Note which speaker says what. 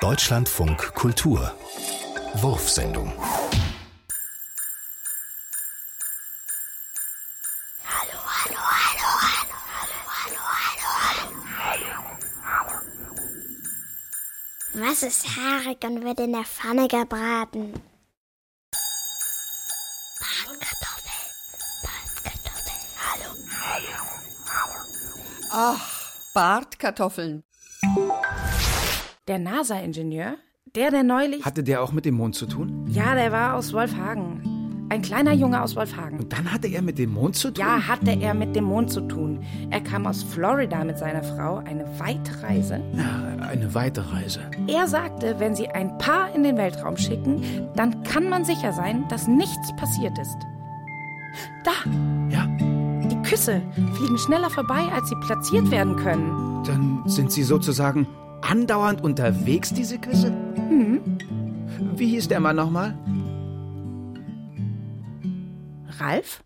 Speaker 1: Deutschlandfunk Kultur. Wurfsendung.
Speaker 2: Was ist haarig und wird in der Pfanne gebraten? Bratkartoffel. Bratkartoffel. Hallo.
Speaker 3: Ach, Bartkartoffeln.
Speaker 4: Der NASA-Ingenieur, der, der neulich.
Speaker 5: Hatte der auch mit dem Mond zu tun?
Speaker 4: ja, der war aus Wolfhagen. Ein kleiner Junge aus Wolfhagen.
Speaker 5: Und dann hatte er mit dem Mond zu tun?
Speaker 4: Ja, hatte er mit dem Mond zu tun. Er kam aus Florida mit seiner Frau, eine weite Reise.
Speaker 5: Eine weite Reise.
Speaker 4: Er sagte, wenn sie ein Paar in den Weltraum schicken, dann kann man sicher sein, dass nichts passiert ist. Da,
Speaker 5: Ja,
Speaker 4: die Küsse fliegen schneller vorbei, als sie platziert werden können.
Speaker 5: dann sind sie sozusagen andauernd unterwegs, diese Küsse? Mhm. Wie hieß der Mann nochmal?
Speaker 4: Ralf?